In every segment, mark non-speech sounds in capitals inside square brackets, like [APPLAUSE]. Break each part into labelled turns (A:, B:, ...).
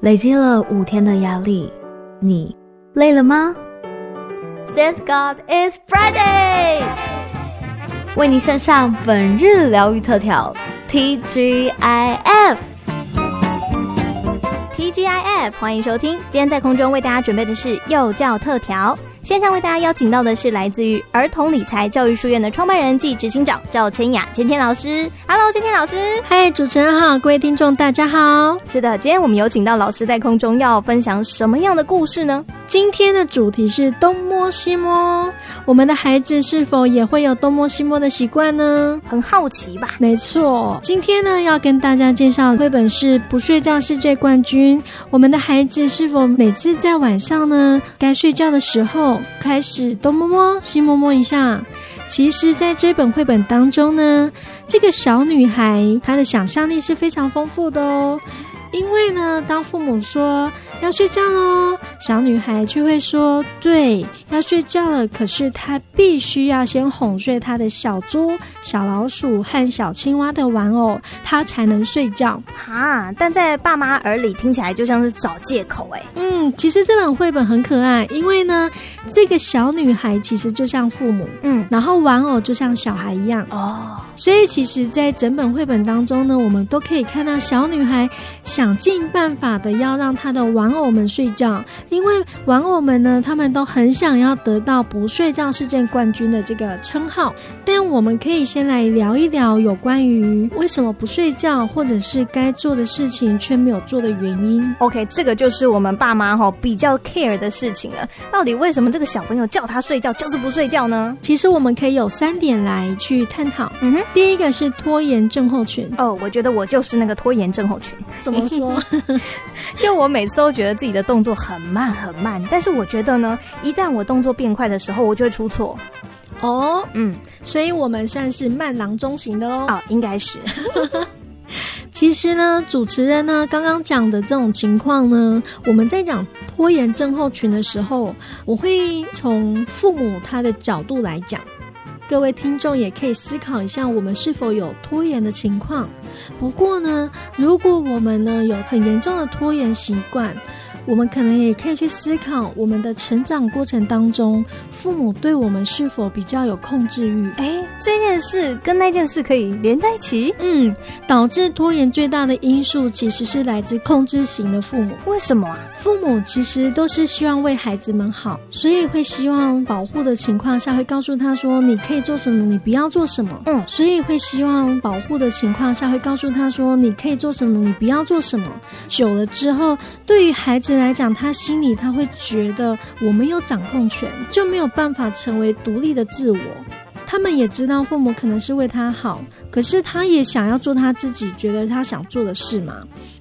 A: 累积了五天的压力，你累了吗
B: Thank God it's Friday！
A: 为你献上本日疗愈特调 TGIF。
B: TGIF，欢迎收听。今天在空中为大家准备的是幼教特调，线上为大家邀请到的是来自于儿童理财教育书院的创办人暨执行长赵千雅芊芊老师。Hello，芊芊老师。
C: 嗨，主持人好，各位听众大家好。
B: 是的，今天我们有请到老师在空中要分享什么样的故事呢？
C: 今天的主题是东摸西摸，我们的孩子是否也会有东摸西摸的习惯呢？
B: 很好奇吧？
C: 没错，今天呢要跟大家介绍绘本是《不睡觉是最冠军》。我们的孩子是否每次在晚上呢该睡觉的时候开始东摸摸西摸摸一下？其实，在这本绘本当中呢，这个小女孩她的想象力是非常丰富的哦。因为呢，当父母说要睡觉喽，小女孩却会说：“对，要睡觉了。”可是她必须要先哄睡她的小猪、小老鼠和小青蛙的玩偶，她才能睡觉。
B: 哈，但在爸妈耳里听起来就像是找借口哎、
C: 嗯，其实这本绘本很可爱，因为呢，这个小女孩其实就像父母，
B: 嗯，
C: 然后玩偶就像小孩一样。
B: 哦，
C: 所以其实，在整本绘本当中呢，我们都可以看到小女孩想尽办法的要让她的玩偶们睡觉，因为玩偶们呢，他们都很想要得到不睡觉事件冠军的这个称号。但我们可以先来聊一聊有关于为什么不睡觉，或者是该做的事情却没有做的原因。
B: OK，这个就是我们爸妈哈、比较 care 的事情了。到底为什么这个小朋友叫他睡觉就是不睡觉呢？
C: 其实我们可以有三点来去探讨。
B: 嗯哼，
C: 第一个是拖延症候群，
B: 哦，我觉得我就是那个拖延症候群，
C: 怎么说？
B: [LAUGHS] 就我每次都觉得自己的动作很慢很慢，但是我觉得呢，一旦我动作变快的时候，我就会出错。
C: 哦，
B: 嗯，
C: 所以我们算是慢郎中型的哦。
B: 哦，应该是
C: 其实呢，主持人呢刚刚讲的这种情况呢，我们在讲拖延症候群的时候，我会从父母他的角度来讲。各位听众也可以思考一下，我们是否有拖延的情况。不过呢，如果我们呢有很严重的拖延习惯，我们可能也可以去思考，我们的成长过程当中，父母对我们是否比较有控制欲？
B: 哎，这件事跟那件事可以连在一起，
C: 嗯，导致拖延最大的因素其实是来自控制型的父母。
B: 为什么啊？
C: 父母其实都是希望为孩子们好，所以会希望保护的情况下，会告诉他说你可以做什么，你不要做什么。
B: 嗯
C: 所以会希望保护的情况下，会告诉他说你可以做什么，你不要做什么。久了之后，对于孩子来讲，他心里他会觉得我没有掌控权，就没有办法成为独立的自我。他们也知道父母可能是为他好，可是他也想要做他自己觉得他想做的事嘛。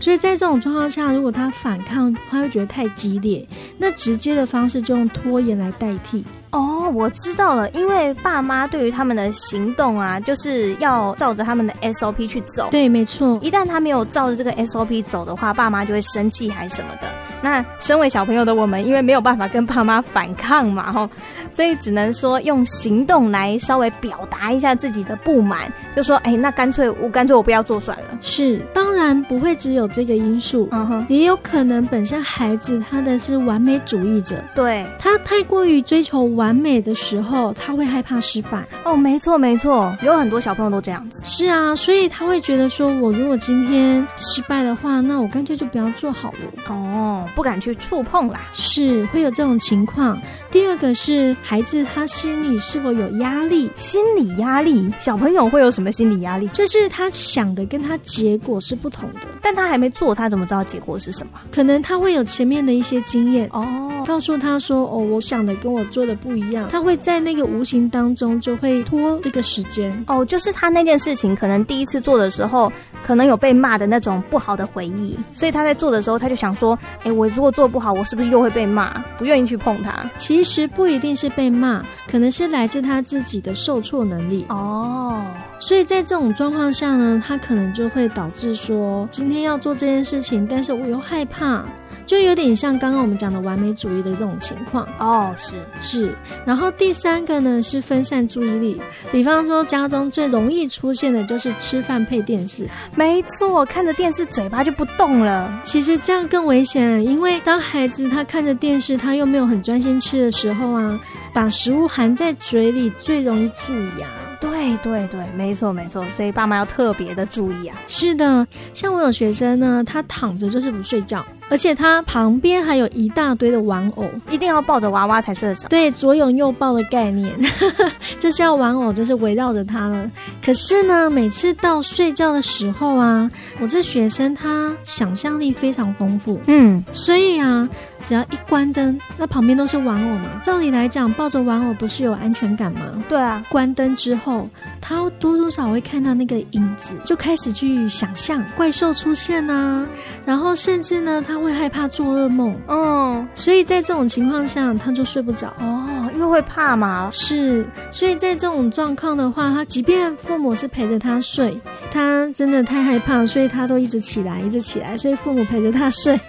C: 所以在这种状况下，如果他反抗，他会觉得太激烈，那直接的方式就用拖延来代替。
B: 哦，我知道了，因为爸妈对于他们的行动啊，就是要照着他们的 SOP 去走。
C: 对，没错。
B: 一旦他没有照着这个 SOP 走的话，爸妈就会生气还什么的。那身为小朋友的我们，因为没有办法跟爸妈反抗嘛，吼，所以只能说用行动来稍微表达一下自己的不满，就说，哎、那干脆我干脆我不要做算了。
C: 是，当然不会只有这个因素，
B: 嗯哼，
C: 也有可能本身孩子他的是完美主义者，
B: 对，
C: 他太过于追求完美的时候，他会害怕失败。
B: 哦，没错没错，有很多小朋友都这样子。
C: 是啊，所以他会觉得说，我如果今天失败的话，那我干脆就不要做好了。
B: 哦，不敢去触碰啦。
C: 是会有这种情况。第二个是孩子他心里是否有压力，
B: 心理压力，小朋友会有什么心理压力？
C: 就是他想的跟他结果是不同的，
B: 但他还没做，他怎么知道结果是什么？
C: 可能他会有前面的一些经验。
B: 哦，
C: 告诉他说：“哦，我想的跟我做的不一样。”他会在那个无形当中就会拖这个时间。
B: 哦，就是他那件事情，可能第一次做的时候，可能有被骂的那种不好的回忆，所以他在做的时候，他就想说，哎，我如果做不好，我是不是又会被骂？不愿意去碰它。
C: 其实不一定是被骂，可能是来自他自己的受挫能力。
B: 哦，
C: 所以在这种状况下呢，他可能就会导致说，今天要做这件事情，但是我又害怕，就有点像刚刚我们讲的完美主义的这种情况。
B: 哦，是
C: 是，然后第三个呢是分散注意力，比方说家中最容易出现的就是吃饭配电视，
B: 没错，看着电视嘴巴就不动了。
C: 其实这样更危险，啊因为当孩子他看着电视，他又没有很专心吃的时候啊，把食物含在嘴里最容易蛀牙。
B: 对对对，没错没错，所以爸妈要特别的注意啊。
C: 是的，像我有学生呢，他躺着就是不睡觉，而且他旁边还有一大堆的玩偶，
B: 一定要抱着娃娃才睡得着。
C: 对左拥右抱的概念， [LAUGHS] 就是要玩偶，就是围绕着他了。可是呢，每次到睡觉的时候啊，我这学生他想象力非常丰富，
B: 嗯，
C: 所以啊，只要一关灯，那旁边都是玩偶嘛。照理来讲，抱着玩偶不是有安全感吗？
B: 对啊，
C: 关灯之后，他多多少少会看到那个影子，就开始去想象怪兽出现啊，然后甚至呢，他会害怕做噩梦，
B: 嗯，
C: 所以在这种情况下，他就睡不着。
B: 哦，因为会怕嘛。
C: 是，所以在这种状况的话，他即便父母是陪着他睡，他真的太害怕，所以他都一直起来，一直起来，所以父母陪着他睡。 [LAUGHS]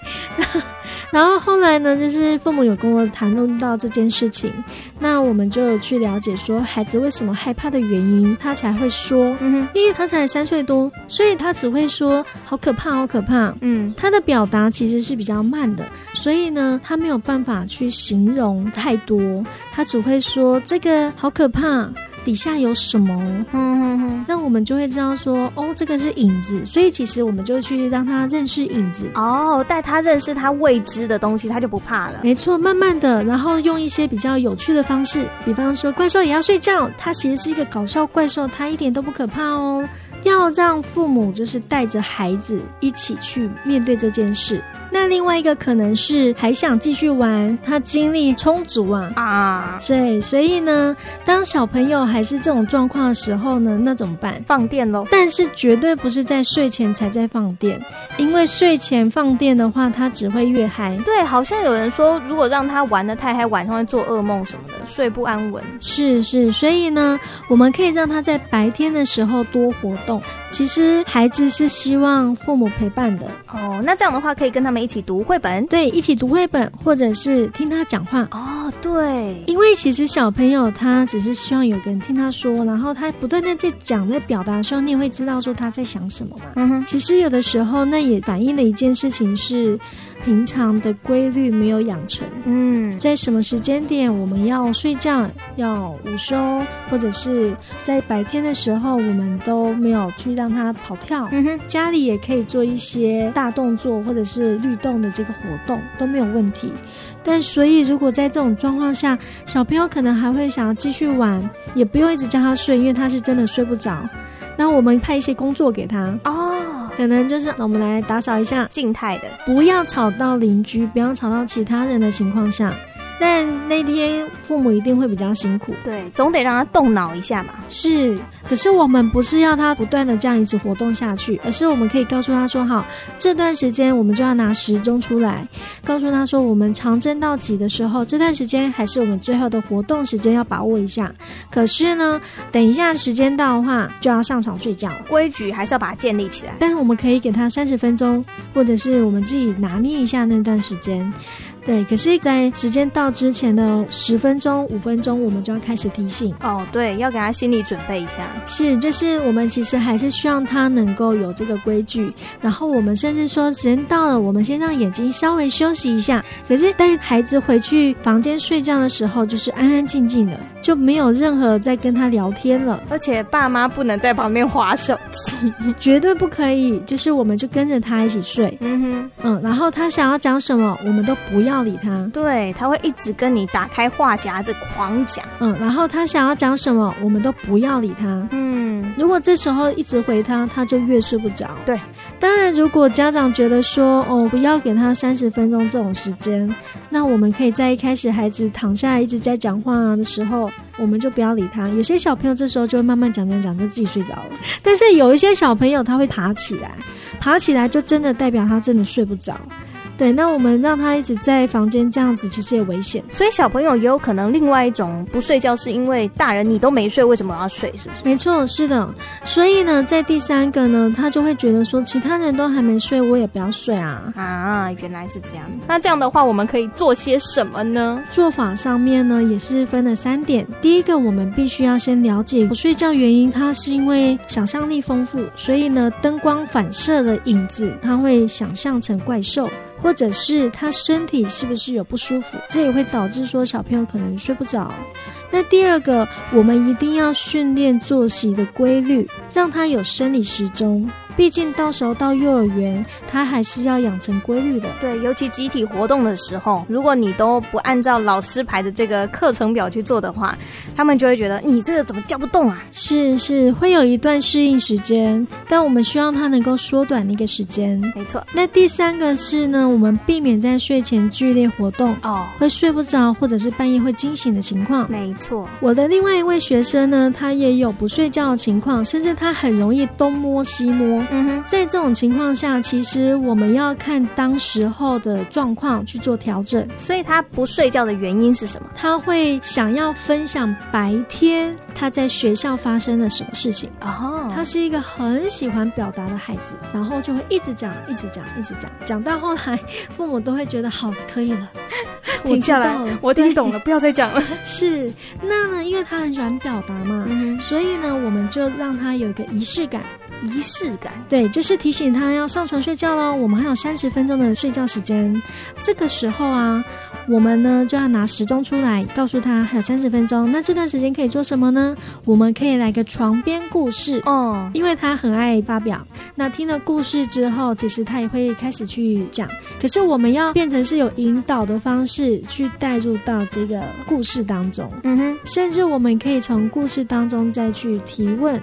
C: 然后后来呢，就是父母有跟我谈论到这件事情，那我们就有去了解说孩子为什么害怕的原因，他才会说，
B: 嗯哼，
C: 因为他才三岁多，所以他只会说好可怕，好可怕。
B: 嗯，
C: 他的表达其实是比较慢的，所以呢，他没有办法去形容太多，他只会说这个好可怕，底下有什么。
B: 嗯哼哼。
C: 那我们就会知道说，哦，这个是影子，所以其实我们就去让他认识影子。
B: 哦，带他认识他未知的东西，他就不怕了。
C: 没错，慢慢的，然后用一些比较有趣的方式，比方说怪兽也要睡觉，它其实是一个搞笑怪兽，它一点都不可怕哦。要让父母就是带着孩子一起去面对这件事。那另外一个可能是还想继续玩，他精力充足啊。
B: 啊，
C: 对，所以呢，当小朋友还是这种状况的时候呢，那怎么办？
B: 放电喽。
C: 但是绝对不是在睡前才在放电，因为睡前放电的话，他只会越嗨。
B: 对，好像有人说，如果让他玩的太嗨，晚上会做噩梦什么的，睡不安稳。
C: 是是，所以呢，我们可以让他在白天的时候多活动。其实孩子是希望父母陪伴的，
B: 哦，那这样的话可以跟他们一起读绘本。
C: 对，一起读绘本或者是听他讲话。
B: 哦，对，
C: 因为其实小朋友他只是希望有个人听他说，然后他不断的在讲、在表达的时候，你也会知道说他在想什么嘛。
B: 嗯哼，
C: 其实有的时候，那也反映了一件事情是，平常的规律没有养成。
B: 嗯，
C: 在什么时间点我们要睡觉、要午休，或者是在白天的时候，我们都没有去让他跑跳。
B: 嗯哼，
C: 家里也可以做一些大动作或者是律动的这个活动都没有问题，但所以如果在这种状况下，小朋友可能还会想要继续玩，也不用一直叫他睡，因为他是真的睡不着。那我们派一些工作给他，
B: 哦，
C: 可能就是那我们来打扫一下，
B: 静态的，
C: 不要吵到邻居，不要吵到其他人的情况下。但那天父母一定会比较辛苦，
B: 对，总得让他动脑一下嘛。
C: 是。可是我们不是要他不断的这样一直活动下去，而是我们可以告诉他说，好，这段时间我们就要拿时钟出来，告诉他说，我们长针到几的时候，这段时间还是我们最后的活动时间，要把握一下。可是呢，等一下时间到的话，就要上床睡觉了。
B: 规矩还是要把它建立起来。
C: 但是我们可以给他三十分钟，或者是我们自己拿捏一下那段时间。对，可是，在时间到之前的十分钟、五分钟，我们就要开始提醒。
B: 哦，对，要给他心理准备一下。
C: 是，就是我们其实还是希望他能够有这个规矩，然后我们甚至说时间到了，我们先让眼睛稍微休息一下。可是带孩子回去房间睡觉的时候，就是安安静静的，就没有任何在跟他聊天了。
B: 而且爸妈不能在旁边划手机。
C: 绝对不可以，就是我们就跟着他一起睡，
B: 嗯哼，
C: 嗯，然后他想要讲什么，我们都不要理他，
B: 对，他会一直跟你打开话匣子狂讲。
C: 嗯，然后他想要讲什么，我们都不要理他。
B: 嗯，
C: 如果这时候一直回他，他就越睡不着。
B: 对，
C: 当然，如果家长觉得说，哦，不要给他三十分钟这种时间，那我们可以在一开始孩子躺下来一直在讲话的时候，我们就不要理他。有些小朋友这时候就会慢慢讲讲讲，就自己睡着了。但是有一些小朋友他会爬起来，爬起来就真的代表他真的睡不着。对，那我们让他一直在房间这样子，其实也危险。
B: 所以小朋友也有可能另外一种不睡觉，是因为大人你都没睡，为什么我要睡？是不是？
C: 没错，是的。所以呢，在第三个呢，他就会觉得说，其他人都还没睡，我也不要睡啊。
B: 啊，原来是这样。那这样的话，我们可以做些什么呢？
C: 做法上面呢，也是分了三点。第一个，我们必须要先了解不睡觉原因，它是因为想象力丰富，所以呢，灯光反射的影子，它会想象成怪兽。或者是他身体是不是有不舒服，这也会导致说小朋友可能睡不着。那第二个，我们一定要训练作息的规律，让他有生理时钟。毕竟到时候到幼儿园，他还是要养成规律的。
B: 对，尤其集体活动的时候，如果你都不按照老师排的这个课程表去做的话，他们就会觉得你这个怎么叫不动啊？
C: 是是，会有一段适应时间，但我们希望他能够缩短那个时间。
B: 没错，
C: 那第三个是呢，我们避免在睡前剧烈活动，
B: 哦，
C: 会睡不着或者是半夜会惊醒的情况。
B: 没错，
C: 我的另外一位学生呢，他也有不睡觉的情况，甚至他很容易东摸西摸。
B: 嗯哼，
C: 在这种情况下，其实我们要看当时候的状况去做调整。
B: 所以他不睡觉的原因是什么？
C: 他会想要分享白天他在学校发生了什么事情。
B: 哦
C: 他是一个很喜欢表达的孩子，然后就会一直讲，一直讲，一直讲，讲到后来，父母都会觉得好，可
B: [LAUGHS]
C: 以了，我
B: 停
C: 知
B: 下来
C: 道
B: [LAUGHS]
C: 了，
B: 我听懂了，不要再讲了。
C: 是。那呢，因为他很喜欢表达嘛，
B: 嗯
C: 所以呢，我们就让他有一个仪式感，
B: 哼，仪式感，
C: 对，就是提醒他要上床睡觉喽。我们还有三十分钟的睡觉时间，这个时候啊，我们呢就要拿时钟出来，告诉他还有三十分钟。那这段时间可以做什么呢？我们可以来个床边故事。
B: 哦，
C: 因为他很爱发表，那听了故事之后，其实他也会开始去讲。可是我们要变成是有引导的方式去带入到这个故事当中。
B: 嗯哼，
C: 甚至我们可以从故事当中再去提问。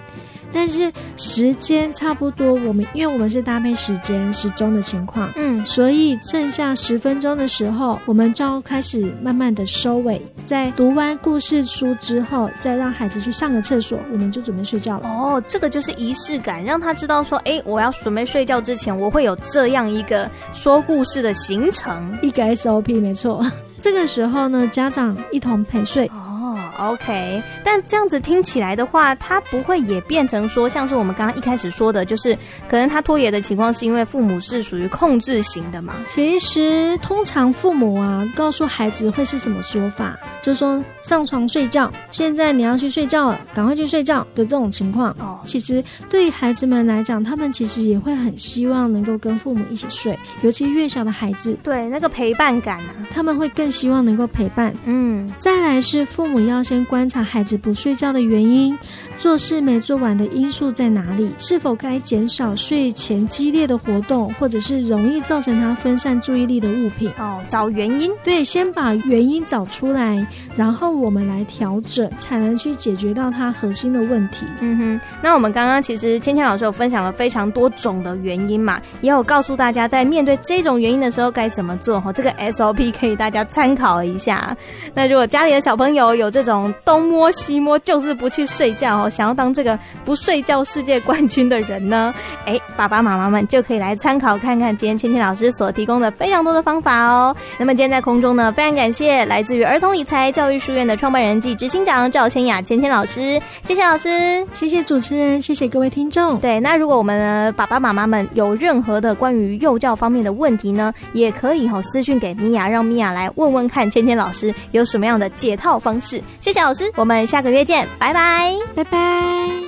C: 但是时间差不多，我们因为我们是搭配时间时钟的情况，
B: 嗯，
C: 所以剩下十分钟的时候，我们就要开始慢慢的收尾。在读完故事书之后，再让孩子去上个厕所，我们就准备睡觉了。
B: 哦，这个就是仪式感，让他知道说，哎，我要准备睡觉之前，我会有这样一个说故事的行程。
C: 一个 SOP 没错， [LAUGHS] 这个时候呢，家长一同陪睡，
B: 哦，OK，但这样子听起来的话，他不会也变成说，像是我们刚刚一开始说的，就是可能他拖延的情况是因为父母是属于控制型的嘛？
C: 其实，通常父母啊告诉孩子会是什么说法，就是说上床睡觉，现在你要去睡觉了，赶快去睡觉的这种情况。
B: 哦，
C: 其实对于孩子们来讲，他们其实也会很希望能够跟父母一起睡，尤其越小的孩子，
B: 对，那个陪伴感啊，
C: 他们会更希望能够陪伴。
B: 嗯，
C: 再来是父母要先观察孩子不睡觉的原因，做事没做完的因素在哪里，是否该减少睡前激烈的活动，或者是容易造成他分散注意力的物品。
B: 哦，找原因，
C: 对，先把原因找出来，然后我们来调整，才能去解决到它核心的问题。
B: 嗯哼，那我们刚刚其实芊芊老师有分享了非常多种的原因嘛，也有告诉大家在面对这种原因的时候该怎么做哈，哦这个 SOP 可以大家参考一下。那如果家里的小朋友有这种东摸西摸就是不去睡觉哦，想要当这个不睡觉世界冠军的人呢，哎，爸爸妈妈们就可以来参考看看今天芊芊老师所提供的非常多的方法哦。那么今天在空中呢，非常感谢来自于儿童理财教育书院的创办人暨执行长赵千雅芊芊老师，谢谢老师。
C: 谢谢主持人，谢谢各位听众。
B: 对，那如果我们的爸爸妈妈们有任何的关于幼教方面的问题呢，也可以哈、私讯给米娅，让米娅来问问看芊芊老师有什么样的解套方式。谢谢老师，我们下个月见，拜拜。
C: 拜拜。